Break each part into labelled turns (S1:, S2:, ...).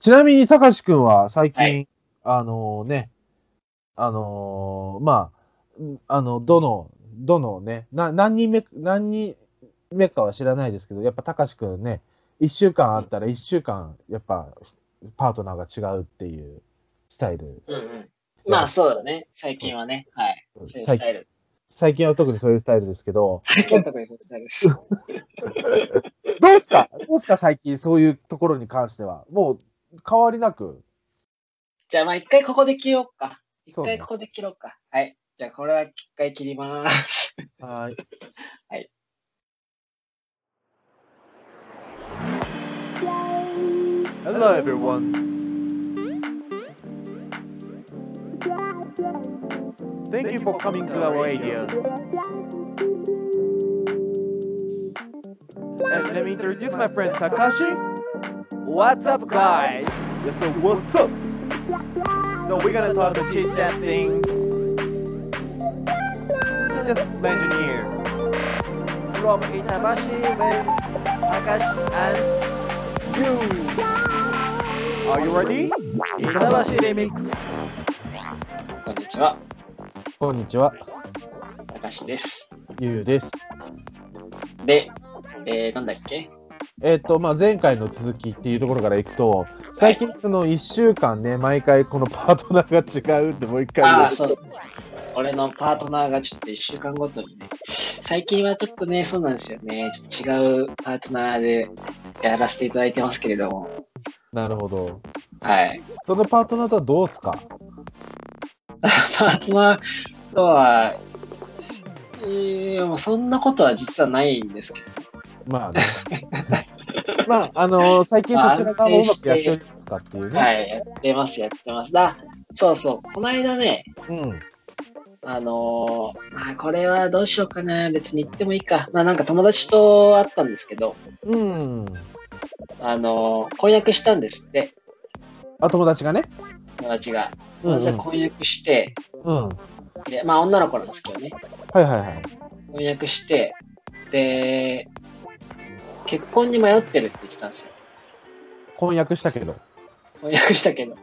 S1: ちなみに、たかしくんは最近、
S2: はい
S1: あのね、あのーまあ、うんあの、どの、どのね、な何人目、何人目かは知らないですけど、やっぱたかしくんね、1週間あったら1週間、やっぱ、パートナーが違うっていうスタイル。
S2: うんうん。まあそうだね。最近はね。はい。そういうスタイル。
S1: 最近は特にそういうスタイルですけど、
S2: 最近は特にそういうスタイルです。
S1: どうですかどうですか最近、そういうところに関しては。もう、変わりなく。
S2: じゃあまあ一回ここで切ろうか。一
S1: そうね
S2: 回ここで切ろうか。はい。じゃあこれは一回切ります。
S1: はい。
S3: Hello, everyone. Thank you for coming to our radio. And let me introduce my friend Takashi. What's up, guys? Yes, so what's up? So we're gonna talk about chit chat things. Just mention here. From Itabashi with Takashi and you. Are you ready? Itabashi Remix.
S2: こんにちは。
S1: こんにちは、
S2: 高橋です。
S1: ゆうゆです。
S2: で、えー、なんだっけ
S1: えっとまあ、前回の続きっていうところからいくと、最近、その1週間ね、毎回このパートナーが違うって、もう一回
S2: あ
S1: 言
S2: あ、そう。俺のパートナーがちょっと1週間ごとにね、最近はちょっとね、そうなんですよね。ちょっと違うパートナーでやらせていただいてますけれども。
S1: うなるほど。
S2: はい。
S1: そのパートナーとはどうすか
S2: パートナーとは、えー、もうそんなことは実はないんですけど、
S1: まあ ね。まあ、あのー最近そちら側もうまくやっておりますかっていうね。
S2: はい、やってます、やってます。だ、そうそう、この間ね、
S1: うん。
S2: あのーまあ、これはどうしようかな、別に行ってもいいか。まあ、なんか友達と会ったんですけど、
S1: うん。
S2: あのー婚約したんですって、
S1: あ、友達がね。
S2: 友達が。
S1: うん、うん。
S2: 友達が婚約して、
S1: うんはい
S2: でまあ、女の子なんですけどね、
S1: はいはい。
S2: 婚約して、で、結婚に迷ってるって言ってたんですよ。
S1: 婚約したけど。
S2: 婚約したけど。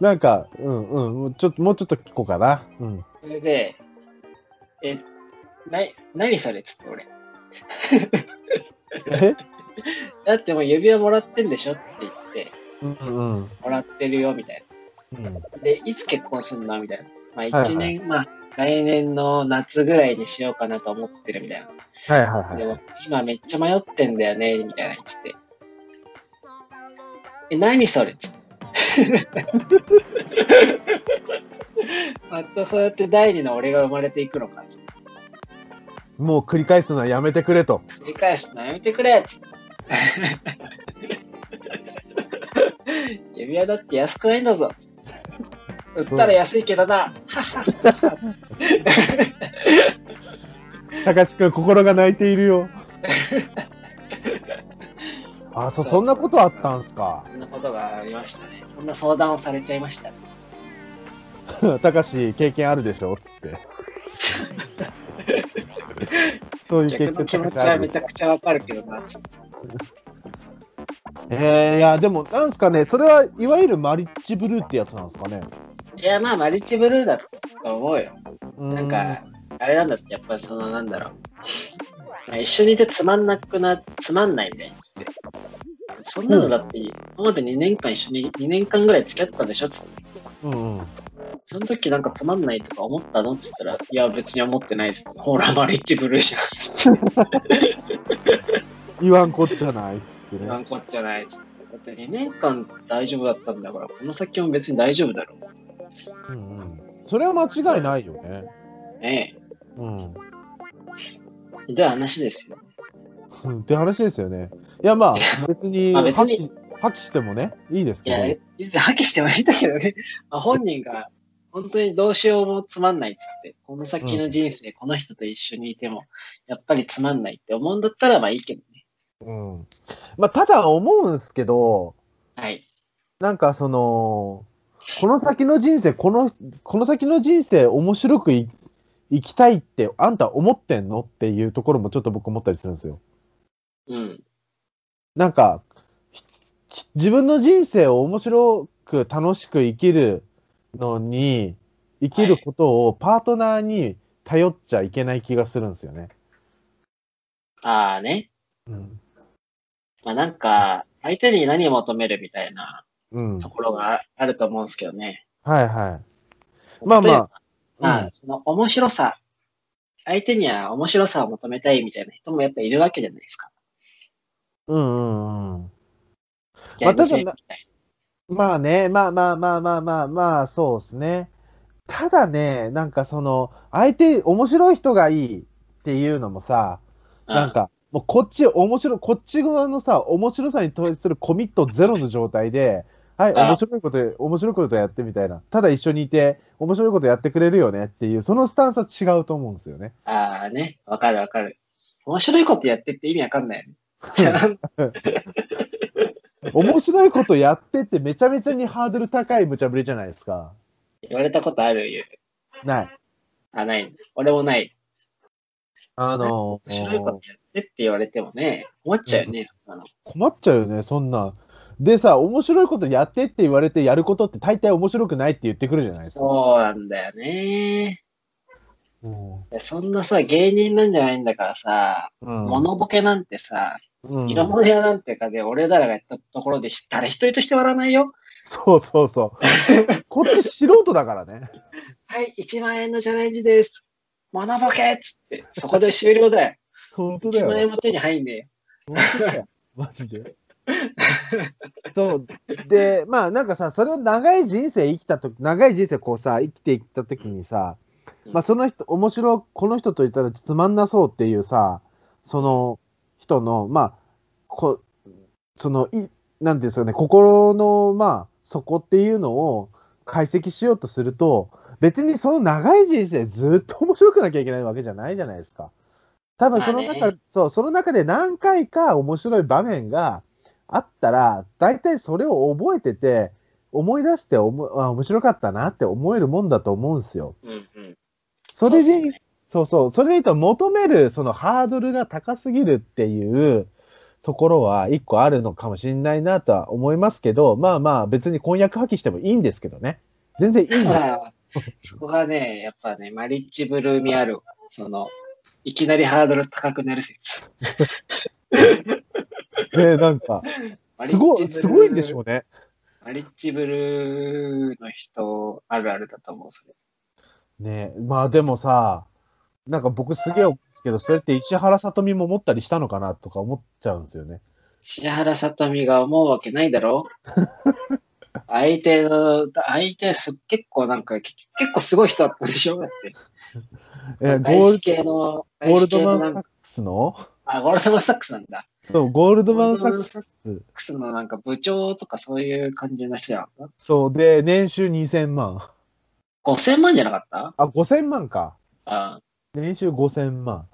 S1: なんか、うんうんもう。ちょっと、もうちょっと聞こうかな。 うん。
S2: それで、え、な、何それっつって俺。
S1: え
S2: だってもう指輪もらってんでしょって言って、
S1: うんうん。
S2: もらってるよみたい
S1: うん。
S2: な。で、いつ結婚すんのみたいな。まあ
S1: いはい
S2: 一年、まあ来年の夏ぐらいにしようかなと思ってるみたい
S1: はいはい
S2: な。
S1: は
S2: で
S1: い。
S2: も今めっちゃ迷ってんだよね、みたいな言ってて。え、何それっつって。 またそうやって第二の俺が生まれていくのかっつって
S1: もう繰り返すのはやめてくれと。
S2: 繰り返すのやめてくれっ つって指輪だって安くないんだぞっつって売ったら安いけどな
S1: 高知君心が泣いている よあそそんなことあったんすか
S2: そんなことがありましたねそんな相談をされちゃいましたね
S1: 高志経験あるでしょつって そういう経
S2: 逆の気
S1: 験
S2: 持
S1: 高
S2: ち
S1: 志あ
S2: はめ
S1: る
S2: ちゃくちゃわかるけどなっつって
S1: えー、いやでもなんすかねそれはいわゆるマリッジブルーってやつなんですかね
S2: いやまあマリッチブルーだと思うよ
S1: う
S2: なんかあれなんだってやっぱそのなんだろう一緒にいてつまんなくなつまんないみたいなってそんなのだって今まで2年間一緒に2年間ぐらい付き合ったんでしょっつって
S1: うんうん
S2: その時なんかつまんないとか思ったのっつったら、いや別に思ってないですって。ほら、マリッジブルーじゃんっつって。
S1: 言わんこっちゃないっつって
S2: な
S1: ね
S2: んこっちゃないっつって。だって2年間大丈夫だったんだから、この先も別に大丈夫だろうっつって
S1: うんうんそれは間違いないよね
S2: ね
S1: うん
S2: え。で話ですよ。
S1: うんって話ですよねいやまあ別に
S2: まあ別
S1: 破
S2: に
S1: 棄破棄してもねいいです
S2: い
S1: けど
S2: や、いや破棄してはいたけどね。 まあ、本人が本当にどうしようもつまんないっつって、この先の人生、この人と一緒にいても、やっぱりつまんないって思うんだったらまあいいけどね。
S1: うんまあ、ただ思うんすけど、
S2: はい。
S1: なんかその、この先の人生、このこの先の人生、面白くい生きたいって、あんた思ってんのっていうところもちょっと僕思ったりするんですよ。
S2: うん。
S1: なんか、ひき自分の人生を面白く楽しく生きるのに、生きることをパートナーに頼っちゃいけない気がするんですよね。
S2: ああね。
S1: うん。
S2: まあなんか、相手に何を求めるみたいな
S1: うん。
S2: ところがああると思うんですけどね。
S1: はいはい。まあまあ。
S2: ま
S1: う
S2: あ、その面白さ、相手には面白さを求めたいみたいな人もやっぱいるわけじゃないですか。
S1: うんうんうん。
S2: ゲーム
S1: まあた
S2: 性
S1: だ
S2: み
S1: な
S2: たい
S1: まあね、まあまあまあまあまあまあ、そうですね。ただね、なんかその、相手、面白い人がいいっていうのもさ、
S2: な。
S1: なんか、もうこっち、面白い、こっち側のさ、面白さに対するコミットゼロの状態で、はい、
S2: ああ
S1: 面白いこと、面白いことやってみたいな。ただ一緒にいて、面白いことやってくれるよねっていう、そのスタンスは違うと思うんですよね。
S2: うん。ああね、わかるわかる。面白いことやってって意味わかんないよね。
S1: 面白いことやってってめちゃめちゃにハードル高い無茶ぶりじゃないですか。
S2: 言われたことあるよ。
S1: ない。
S2: あ、ない。俺もない。
S1: あの
S2: 面白いことやってって言われてもね、困っちゃうよね。そんなの
S1: 困っちゃうよね、そんなん。でさ、面白いことやってって言われてやることって大体面白くないって言ってくるじゃないですか。
S2: そうなんだよね。
S1: うん。
S2: そんなさ、芸人なんじゃないんだからさ、
S1: うん
S2: 物ボケなんてさ、
S1: うん
S2: 色物屋なんてかで、俺らがやったところで誰一人として笑わないよ。
S1: そうそう そう。こっち素人だからね。
S2: はい、1万円のチャレンジです。物ボケっつって、そこで終了だよ。
S1: 本当だ
S2: 1万円
S1: よ。
S2: も手に入んねえよ。
S1: 本当だよマジで。そう。で、まあなんかさ、それを長い人生生きたとき、長い人生こうさ、生きていったときにさ、まあその人、面白い、この人といたらつまんなそうっていうさ、その人の、まあ、こそのい、なんていうんですかね、心の、まあ、底っていうのを解析しようとすると、別にその長い人生ずっと面白くなきゃいけないわけじゃないじゃないですか。多分その中、
S2: まあ
S1: そう、その中で何回か面白い場面があったら、大体それを覚えてて、思い出しておも、あ、面白かったなって思えるもんだと思うんですよ。
S2: うんうん。
S1: それ
S2: そう
S1: で
S2: っ
S1: す
S2: ね
S1: そうそう、それで言うと求めるそのハードルが高すぎるっていうところは一個あるのかもしれないなとは思いますけど、まあまあ別に婚約破棄してもいいんですけどね。全然いいんです
S2: まあ、そこがね、やっぱね、マリッジブルーミアル、その、いきなりハードル高くなる説。
S1: ね、 なんか、すごい、すごいんでしょ
S2: う。
S1: うね。
S2: マリッジブルーの人あるあるだと思う、それ。
S1: ねまあでもさ、なんか僕すげえ思うんですけど、それって石原さとみも思ったりしたのかなとか思っちゃうんですよね。
S2: 石原さとみが思うわけない だろ相手の、相手す、結構なんか、結結構すごい人だったでしょだって。
S1: えゴ
S2: 外
S1: ー
S2: 資
S1: ル
S2: 系の、
S1: ゴ
S2: 外
S1: ール
S2: 資系
S1: ド
S2: の
S1: マン・
S2: なん
S1: サッ
S2: か、
S1: クスの
S2: あ、ゴールドマンサックスなんだ。
S1: そう、ゴールドマン・サックス。
S2: サックスのなんか部長とかそういう感じの人やん。
S1: そう、で、年収2000万。
S2: 5000万じゃなかった
S1: あ、5000万か。
S2: あ
S1: 年収5000万。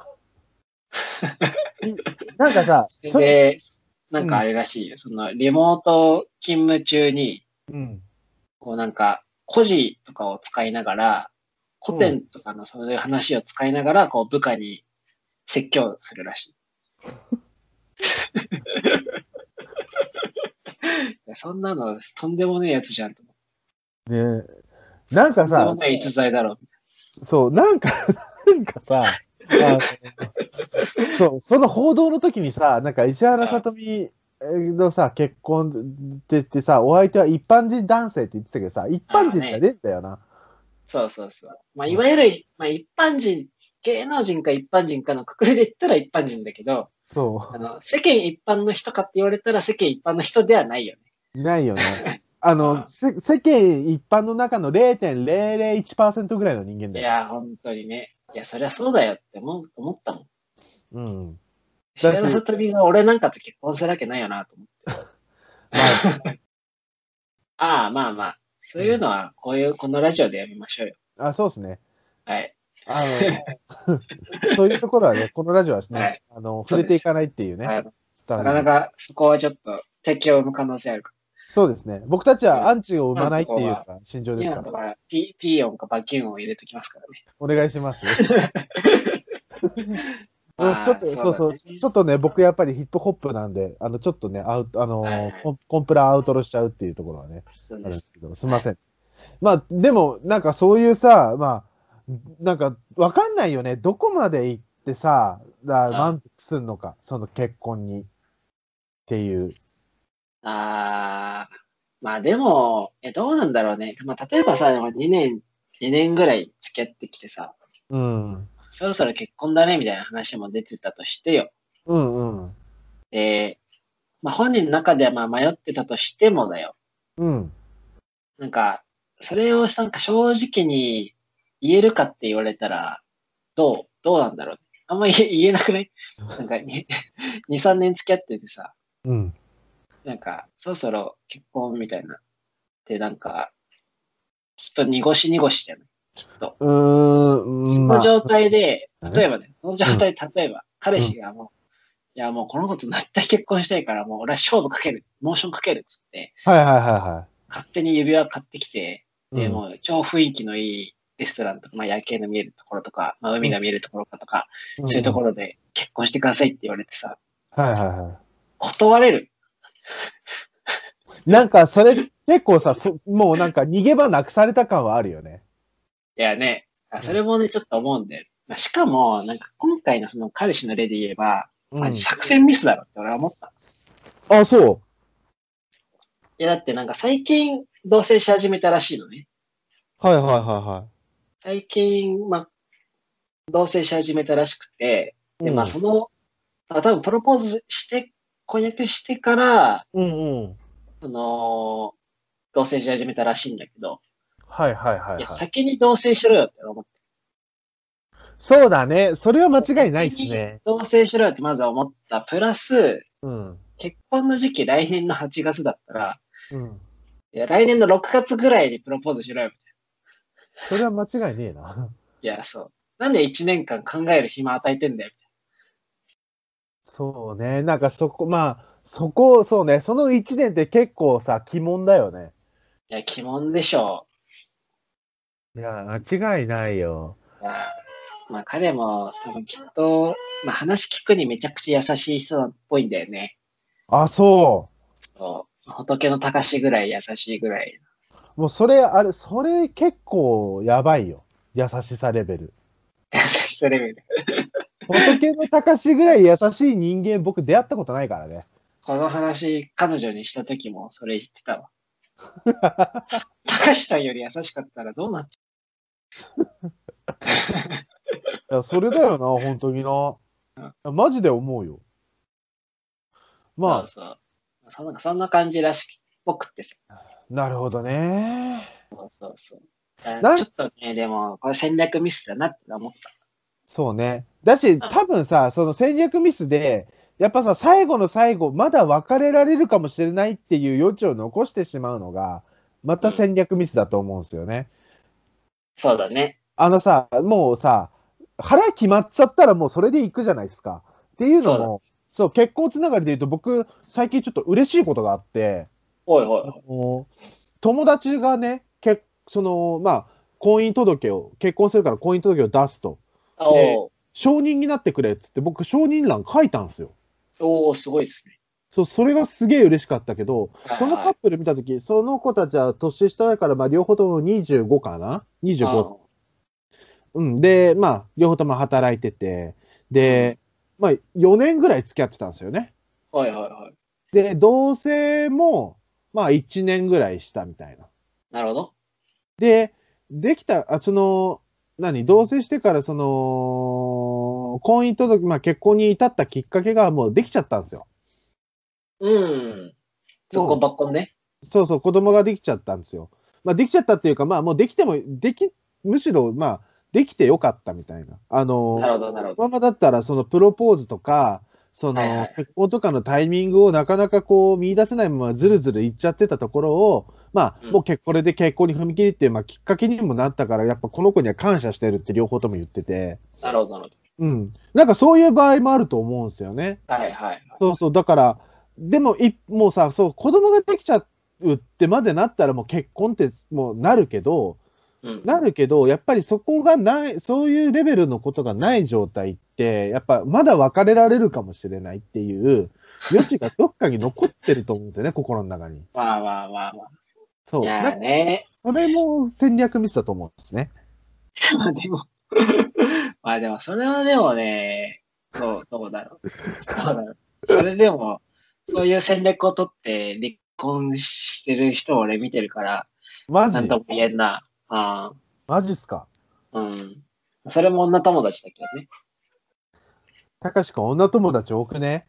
S1: いなんかさ、それ、
S2: で、なんかあれらしいよ。その、リモート勤務中に、
S1: うん、
S2: こうなんか、孤児とかを使いながら、古典とかのそういう話を使いながら、こう部下に説教するらし い。いやそんなのとんでもねえやつじゃんと思
S1: ねなんか
S2: って。とんでも
S1: さ、
S2: ない逸材だろう。
S1: そう、なんか、なんかさ、あのそう、その報道の時にさ、なんか石原さとみのさ、結婚って言ってさ、お相手は一般人男性って言ってたけどさ、一般人じゃねえんだよな。
S2: そうそうそう。まあ、いわゆる、まあ、一般人、芸能人か一般人かのくくりで言ったら一般人だけど、
S1: そ
S2: あの、世間一般の人かって言われたら世間一般の人ではないよね。
S1: う、いないよね。あの、せ世間一般の中の0.001%ぐらいの人間
S2: い
S1: だよ。
S2: や、本当にね。いや、そりゃそうだよって思う思ったもん。
S1: うん。
S2: 石原さとみが俺なんかと結婚するわけないよなと思って。 ああ、まあまあ。そういうのは、こういう、このラジオでやめましょうよ。
S1: あ、そうですね。
S2: はい。
S1: あの、そういうところはね、このラジオはね、
S2: はい
S1: あの、触れていかないっていうね、
S2: あの
S1: スタン
S2: な
S1: ス
S2: かなか、そこはちょっと、敵を生む可能性あるか
S1: そうですね。僕たちはアンチを生まないっていうの
S2: 今のと
S1: が心情
S2: ら。
S1: です
S2: 今
S1: か
S2: のと
S1: ら。
S2: ころはピ、ピー音かバキュンを入れてきますからね。
S1: お願いします。ちょっと、
S2: あー
S1: そうそう、
S2: だね
S1: ちょっとね、僕やっぱりヒップホップなんで、あの、ちょっとね、アウト、あの
S2: はいは
S1: ー
S2: い、
S1: コンコンプラアウトロしちゃうっていうところはね、
S2: そう
S1: あるん
S2: で
S1: ですすけど、すみません。まあ、でも、なんかそういうさ、まあ、なんか、わかんないよね。どこまで行ってさ、だ
S2: うん
S1: 満足すんのか、その結婚に。っていう。
S2: あーまあでも、え、どうなんだろうね。まあ例えばさ、2年、2年ぐらい付き合ってきてさ、
S1: うん。
S2: そろそろ結婚だねみたいな話も出てたとしてよ。
S1: うんうん。
S2: で、まあ本人の中ではまあ迷ってたとしてもだよ。
S1: うん。
S2: なんか、それをなんか正直に言えるかって言われたら、どう、どうなんだろう。あんま言え言えなくないなんかに 2、3年付き合っててさ、
S1: うん。
S2: なんか、そろそろ結婚みたいな。で、なんか、ちょっと濁し濁しじゃないきっと。
S1: うーん。
S2: そ
S1: まあ
S2: の状態で、
S1: うん
S2: 例えばね、その状態、例えば、彼氏がもう、いや、もうこの子と絶対結婚したいから、もう俺は勝負かける、モーションかけるっつって、
S1: はいはいは
S2: 勝手に指輪買ってきて、
S1: いはい。
S2: で、もう超雰囲気のいいレストランとか、まあ夜景の見えるところとか、まあ海が見えるところかとか、
S1: うん、
S2: そういうとこ
S1: ろ。
S2: ろで結婚してくださいって言われてさ、
S1: はいはいは
S2: 断れ
S1: い。
S2: る。
S1: なんか、それ、結構さ、そもうなんか逃げ場なくされた感はあるよね。
S2: いやね、あそれもね、ちょっと思うんだよ。まあ、しかも、なんか今回のその彼氏の例で言えば、
S1: うん
S2: まあ作戦ミスだろって俺は思った。
S1: あ、そ
S2: いや、だってなんか最近同棲し始めたらしいのね。
S1: う。はいはいはいは
S2: 最近、まあ、同棲し始めたらしくて、
S1: い。
S2: で、まあその、まあ多分プロポーズして、婚約してから、
S1: うんうん。
S2: その、同棲し始めたらしいんだけど、
S1: はいはいはい、はいい
S2: や、。先に同棲しろよって思って。
S1: そうだね。それは間違いないですね。
S2: 同棲しろよってまずは思った。プラス、
S1: うん。
S2: 結婚の時期来年の8月だったら、
S1: うん。
S2: いや、来年の6月ぐらいにプロポーズしろよ。
S1: それは間違いねえな。
S2: いや、そう。なんで1年間考える暇与えてんだよ。
S1: そうね。なんかそこ、まあ、そこ、そうね。その1年って結構さ、鬼門だよね。
S2: いや、鬼門でしょ
S1: いや、間違いないよ。
S2: う。いや、まあ彼も多分きっと、まあ話聞くにめちゃくちゃ優しい人っぽいんだよね。
S1: あ、そ
S2: そう。仏の高しぐらい優しいぐらい。
S1: う。もうそれ、あれ、それ結構やばいよ。優しさレベル。
S2: 優しさレベル。
S1: 仏の高しぐらい優しい人間、僕出会ったことないからね。
S2: この話、彼女にした時もそれ言ってたわ。 高しさんより優しかったらどうなっち
S1: いや、それだよな、本当にな。いやマジで思うよ。
S2: ゃう
S1: まあ、
S2: そうそう。そんなそんな感じらしく、僕ってさ。
S1: なるほどね。
S2: そうそうそう。あ
S1: なん
S2: ちょっとね、でも、これ戦略ミスだなって思った。
S1: そうね。だし、多分さ、その戦略ミスで、やっぱさ、最後の最後、まだ別れられるかもしれないっていう余地を残してしまうのが、また戦略ミスだと思うんですよね。
S2: そうだね。
S1: あのさ、もうさ、腹決まっちゃったらもうそれで行くじゃないですか。っていうのも、そう結婚つながりで言うと、僕、最近ちょっと嬉しいことがあって、
S2: おいおいおい。
S1: お友達がね、結その、まあ、婚姻届を、結婚するから婚姻届を出すと。
S2: おー
S1: 承認になってくれっつって僕承認欄書いたんですよ。
S2: おーすごいですね。
S1: そうそれがすげえ嬉しかったけど
S2: はいはい
S1: そのカップル見た時その子たちは年下だからまあ両方とも25かな25歳、うん、でまあ両方とも働いててで、まあ、4年ぐらい付き合ってたんですよね。
S2: あーはいはいはい。
S1: で同棲もまあ1年ぐらいしたみたいな。
S2: なるほど。
S1: で、できた、あその、何、同棲してから、その、婚姻届、まあ、結婚に至ったきっかけがもうできちゃったんですよ。
S2: うん。そこばっこんね。
S1: そうそう、子供ができちゃったんですよ。まあ、できちゃったっていうか、まあ、もうできても、でき、むしろ、まあ、できてよかったみたいな。あの、
S2: なるほど、なるほど。
S1: このままだったら、そのプロポーズとか、その、
S2: はいはい
S1: 結婚とかのタイミングをなかなかこう見出せないままずるずるいっちゃってたところを、まあ、
S2: うん
S1: もう結これで結婚に踏み切りっていう、まあ、きっかけにもなったから、やっぱこの子には感謝してるって両方とも言ってて、
S2: なるほど、なるほ
S1: うん。なんかそういう場合もあると思うんですよね。
S2: ど。はいはい。
S1: そうそう、だから、でもい、もうさ、そう、子供ができちゃうってまでなったら、もう結婚ってもうなるけど、
S2: うん。
S1: なるけど、やっぱりそこがない、そういうレベルのことがない状態っって、やっぱまだ別れられるかもしれないっていう余地がどっかに残ってると思うんですよね、心の中に。
S2: わあわあわあわ
S1: そ
S2: あ。
S1: う。
S2: いや
S1: なん
S2: ー
S1: か
S2: ね。
S1: それも戦略ミスだと思うんですね。
S2: まあでも、まあでも、それはでもね、どう、どうだろう。どうだろう。それでも、そういう戦略を取って離婚してる人を俺見てるから、
S1: マジ
S2: なんとも言えんな。あ
S1: マジっすか。
S2: あ、うん。それも女友達だけどね。
S1: たかしくん女友達多く ね。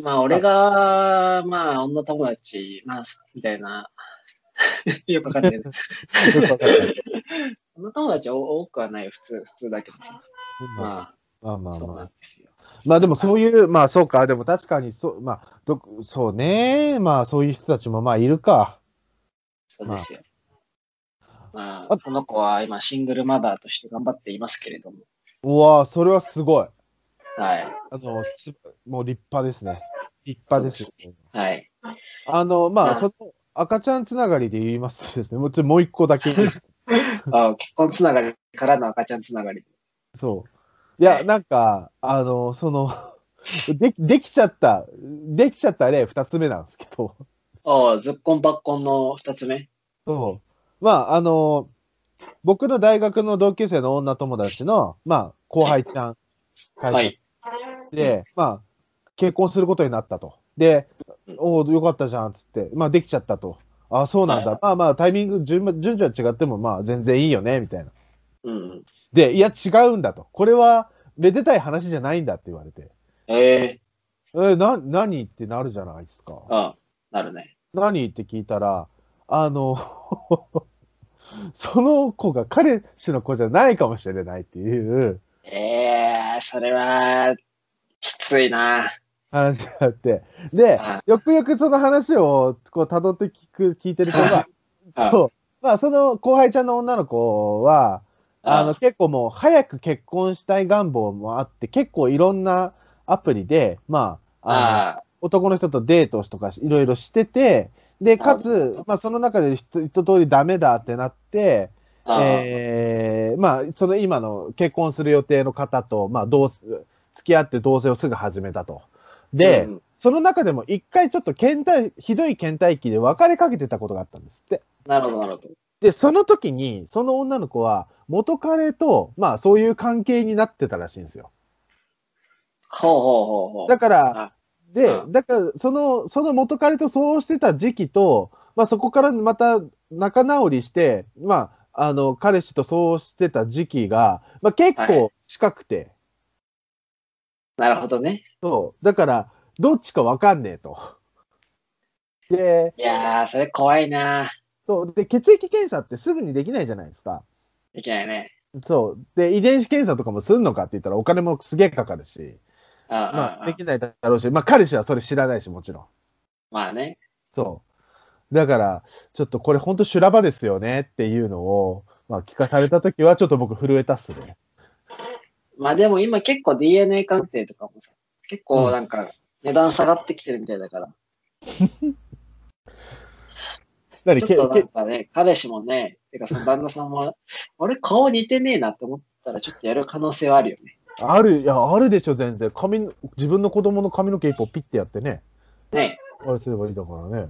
S2: まあ、俺が、まあ、女友達、まあ、みたいな。 よくわかんないな。
S1: よくわかんない
S2: 女友達お多くはない、普通、普通だけどさ。
S1: ま
S2: ま
S1: あま
S2: あ、
S1: あ
S2: そう
S1: ま
S2: なん
S1: あ。
S2: ですよ。
S1: まあでもそういう、まあそうか、でも確かにそう、まあ、どそうね、まあそういう人たちもまあいるか。
S2: そうですよ。まあ
S1: あ、
S2: その子は今、シングルマダーとして頑張っていますけれども。
S1: うわーそれはすごい。
S2: はい。
S1: あの、すもう立派ですね。立派です。
S2: はい。
S1: あの、ま
S2: あ
S1: あ、その赤ちゃんつながりで言いますとですね、もうちょもう一個だけ。
S2: あ結婚つながりからの赤ちゃんつながり。
S1: そう。いや、なんか、あの、その、 でできちゃった、できちゃった例二つ目なんですけど、
S2: ああ、ずっこんばっこんの二つ目。
S1: そう。まあ、あの、僕の大学の同級生の女友達の、まあ、後輩ちゃん、
S2: は
S1: 会
S2: い。
S1: 社で、まあ、結婚することになったと。で
S2: うん、
S1: おお、よかったじゃん、つって、まあ、できちゃったと。ああ、そうなんだ。
S2: は
S1: まあまあ、タイミング、順番順序は違っても、まあ、全然いいよね、みたいな。
S2: うん。
S1: で、いや、違うんだと。これは、めでたい話じゃないんだって言われて。
S2: ええ
S1: えな、何ってなるじゃないですか。
S2: ああ、なるね。
S1: 何って聞いたら、あの、 その子が彼氏の子じゃないかもしれないっていう
S2: ええそれは、きついな。
S1: 話があって、で
S2: は、
S1: よくよくその話をこう辿って聞く、聞いてる子が、
S2: あ
S1: そう、まあその後輩ちゃんの女の子は、あの、結構もう早く結婚したい願望もあって、結構いろんなアプリで、まあ、あの
S2: あ
S1: 男の人とデートとかいろいろしてて、で、かつ、まあ、その中で一一通りダメだってなって、
S2: あ、ああ、
S1: えーまあ、その今の結婚する予定の方と、まあ、どう付き合って同棲をすぐ始めたと。で、
S2: うん
S1: その中でも一回ちょっと倦怠、ひどい倦怠期で別れかけてたことがあったんですって。
S2: なるほど、なるほど。
S1: で、その時に、その女の子は、元彼と、まあ、そういう関係になってたらしいんですよ。
S2: ほうほうほうほう。
S1: だから
S2: あ、
S1: で
S2: う、
S1: だから、その、その元彼とそうしてた時期と、まあそこからまた仲直りして、まあ、あの、彼氏とそうしてた時期が、まあ結
S2: は
S1: 構近くて、
S2: なるほどね。
S1: そう。だから、どっちかわかんねえと。で、
S2: いやー、それ怖いな。
S1: そう。で、血液検査ってすぐにできないじゃないですか。
S2: いけないね。
S1: そう。で、遺伝子検査とかもすんのかって言ったらお金もすげえかかるし、
S2: ああ
S1: まあ
S2: あ
S1: で
S2: あ
S1: きないだろうし、まあ彼氏はそれ知らないし、もちろん。
S2: まあね。
S1: そう。だから、ちょっとこれ本当修羅場ですよねっていうのを、まあ聞かされたときはちょっと僕震えたっすね。
S2: まあでも今結構 DNA 鑑定とかもさ、結構なんか値段下がってきてるみたいだから、
S1: 何
S2: ち
S1: け
S2: ょっとなん
S1: け
S2: かね、彼氏もね、てかその旦那さんも、俺顔似てねえなって思ったらちょっとやる可能性はあるよね。
S1: ある、いや、あるでしょ、全然。髪の、自分の子供の髪の毛一本ピッてやってね。
S2: ね
S1: あれすればいいだからね。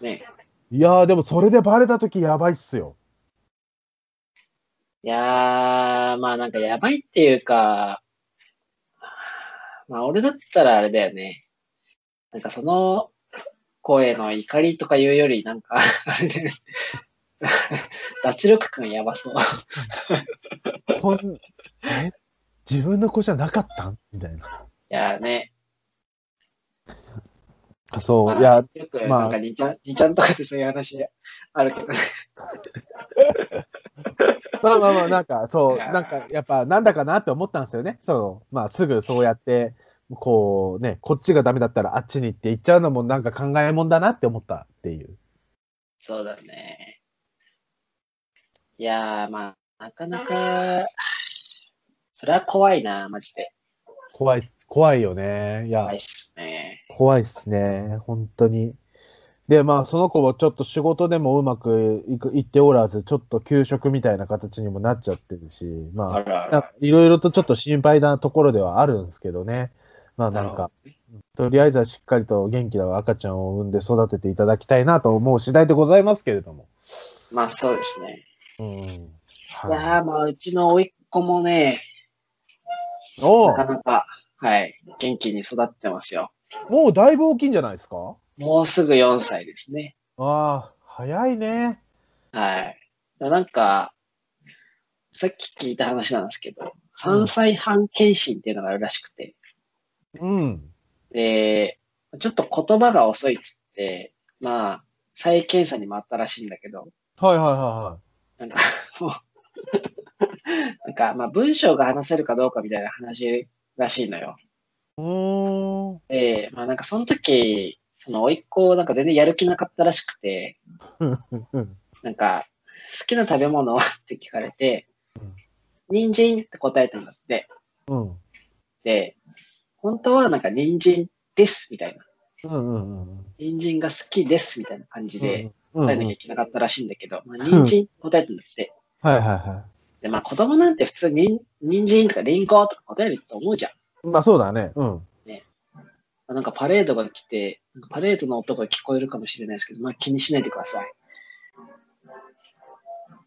S2: え、ね
S1: いやー、でもそれでバレたときやばいっすよ。
S2: え。いやー、まあなんかやばいっていうか、まあ俺だったらあれだよね。なんかその声の怒りとかいうより、なんか、あれだよね。 脱力感やばそう。
S1: こん、え自分の子じゃなかったんみたいな。
S2: いやーね。
S1: そ
S2: ま
S1: う、
S2: あ
S1: いや、
S2: よく、
S1: まあ
S2: なんか、にちゃん、にちゃんとかでそういう話あるけどね。
S1: まあまあまあ、なんか、そう、
S2: いやー
S1: なんか、やっぱ、なんだかなって思ったんですよね。そう、まあ、すぐそうやって、こうね、こっちがダメだったらあっちに行って行っちゃうのもなんか考えもんだなって思ったっていう。
S2: そうだね。いやー、まあ、なかなか、それは怖いな、マジで。
S1: 怖い、怖いよね。いや
S2: 怖い、っすね。
S1: 怖いっすね。本当に。で、まあ、その子はちょっと仕事でもうまくいくいっておらず、ちょっと休職みたいな形にもなっちゃってるし、ま
S2: あ
S1: あ、
S2: らあ
S1: なん
S2: ら
S1: か。いろいろとちょっと心配なところではあるんですけどね。まあなんか、とりあえずはしっかりと元気な赤ちゃんを産んで育てていただきたいなと思う次第でございますけれども。
S2: まあそうですね。
S1: うん。
S2: いやーまあうちの甥っ子もね、
S1: い、お
S2: な
S1: う
S2: かなか、はい、元気に育ってますよ。
S1: もうだいぶ大きいんじゃないですか
S2: もうすぐ4歳ですね。
S1: ああ、早いね。
S2: はい。なんか、さっき聞いた話なんですけど、3歳半検診っていうのがあるらしくて、
S1: うん。
S2: で、ちょっと言葉が遅いっつって、まあ、再検査にもあったらしいんだけど、
S1: はいはいは
S2: なんか、もう なんか、まあ、文章が話せるかどうかみたいな話らしいのよ。
S1: いはい。うーん。
S2: で、まあ、なんかその時、その甥っ子、なんか全然やる気なかったらしくて、なんか、好きな食べ物はって聞かれて
S1: うん、
S2: 人参って答えたんだって。
S1: うん。
S2: で、本当はなんか人参ですみたいな。
S1: うんうんうん。
S2: 人参が好きですみたいな感じで
S1: うん、
S2: 答えなきゃいけなかったらしいんだけど、まあ、人参って答えたんだって。
S1: はいはいは
S2: で、まあ子供なんて普通に人参とかリンゴとか答えると思うじゃん。
S1: い。まあそうだね。うん。
S2: まあなんかパレードが来て、なんかパレードの音が聞こえるかもしれないですけど、まあ気にしないでください。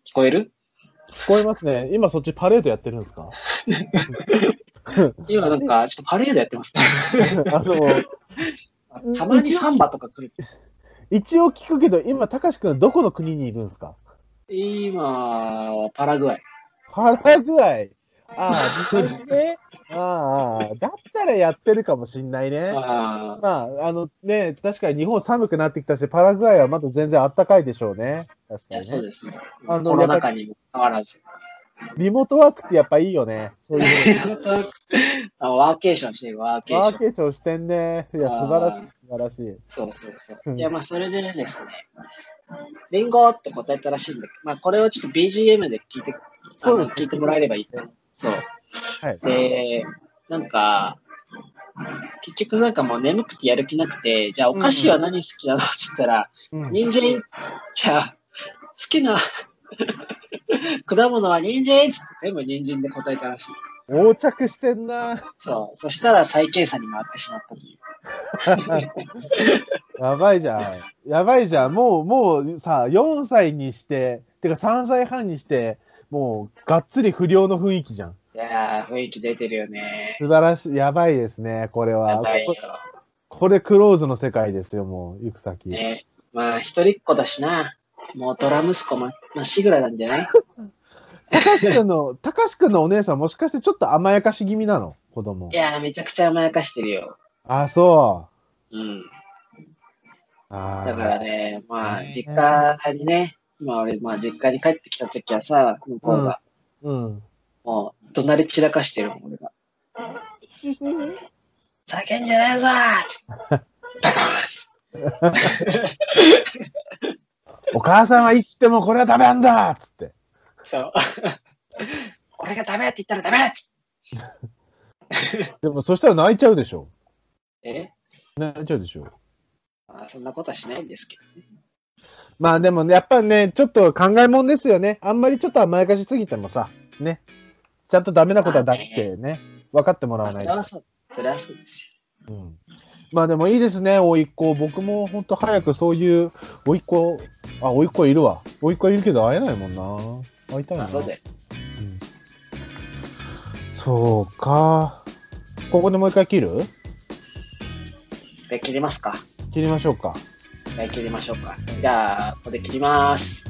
S2: 聞こえる
S1: 聞こえますね。今そっちパレードやってるんですか
S2: 今なんかちょっとパレードやってますね。
S1: あの、
S2: たまにサンバとか来る。
S1: 一応聞くけど、今、たかしくんどこの国にいるんですか
S2: 今はパラグアイ。
S1: パラグアイ。ああ、そうね。ああ、だったらやってるかもしんないね。
S2: あー
S1: まあ、あのね、確かに日本寒くなってきたし、パラグアイはまだ全然暖かいでしょうね。確
S2: い
S1: か
S2: や
S1: に
S2: そう
S1: ね。
S2: ですね。
S1: あの
S2: コロナ禍にもかかわらず。
S1: リモートワークってやっぱいいよね。そういうの
S2: あワーケーションしてるワーケ ー
S1: ワ
S2: シ
S1: ー
S2: ョン。
S1: ケーションしてんね。いや、
S2: あー
S1: 素晴らしい、素晴らしい。
S2: そうそうそうう。
S1: ん
S2: いやまあそれでですね、リンゴって答えたらしいんだけど、まあこれをちょっと BGM で聞いて、あ
S1: そう
S2: の
S1: ですね
S2: 聞いてもらえればいいと。そう。
S1: はい。
S2: で、なんか、結局なんかもう眠くてやる気なくて、じゃあお菓子は何好きなのって言ったら、
S1: うん
S2: 人参、じゃあ、好きな 果物は人参っつって全部人参で答えたらしい。
S1: 横着してんな。
S2: そう。そしたら再検査に回ってしまったという。
S1: やばいじゃん。やばいじゃん。もう、もうさ、4歳にして、てか3歳半にして、もう、がっつり不良の雰囲気じゃん。
S2: いやー、雰囲気出てるよね。
S1: 素晴らしい。やばいですね、これ
S2: や
S1: は。
S2: ばいよ
S1: こ。これ、クローズの世界ですよ、もう、行く先。
S2: ね、まあ、一人っ子だしな。もうドラ息子ま、まっしぐらなんじ ゃない
S1: たかしくんの、たかしくんのお姉さん、もしかしてちょっと甘やかし気味なの子供
S2: い。やー、めちゃくちゃ甘やかしてるよ。
S1: あ、そ
S2: うん。
S1: う。あー
S2: だからね、まあ、
S1: ね
S2: 実家にね、まあ俺、まあ実家に帰ってきた時はさ、向こうが、
S1: うん。
S2: もう、怒鳴り散らかしてるもん、俺が。叫んじゃ ねえぞーつってバカーンつって
S1: お母さんはいつでもこれはダメなんだっつって。
S2: そう。 俺がダメって言ったらダメっつっ
S1: でも、そしたら泣いちゃうでしょ。
S2: てえ
S1: 泣いちゃうでしょ。
S2: まあ、そんなことはしないんですけど。
S1: まあでもね、やっぱね、ちょっと考えもんですよね。あんまりちょっと甘やかしすぎてもさ、ね。ちゃんとダメなことはだってね、分かってもら
S2: ま
S1: わ
S2: あ、そ
S1: ない
S2: れ
S1: と
S2: は。そう、それはそうですよ。
S1: うんまあでもいいですね、甥いっ子。僕も本当早くそういう、甥いっ子、あ、甥いっ子いるわ。甥いっ子いるけど会えないもんな。会いたい
S2: ま
S1: な。
S2: あ、そうだよ。
S1: そうか。ここでもう一回切る
S2: 一回切りますか。
S1: 切りましょうか。
S2: 一回切りましょうか。じゃあ、ここで切ります。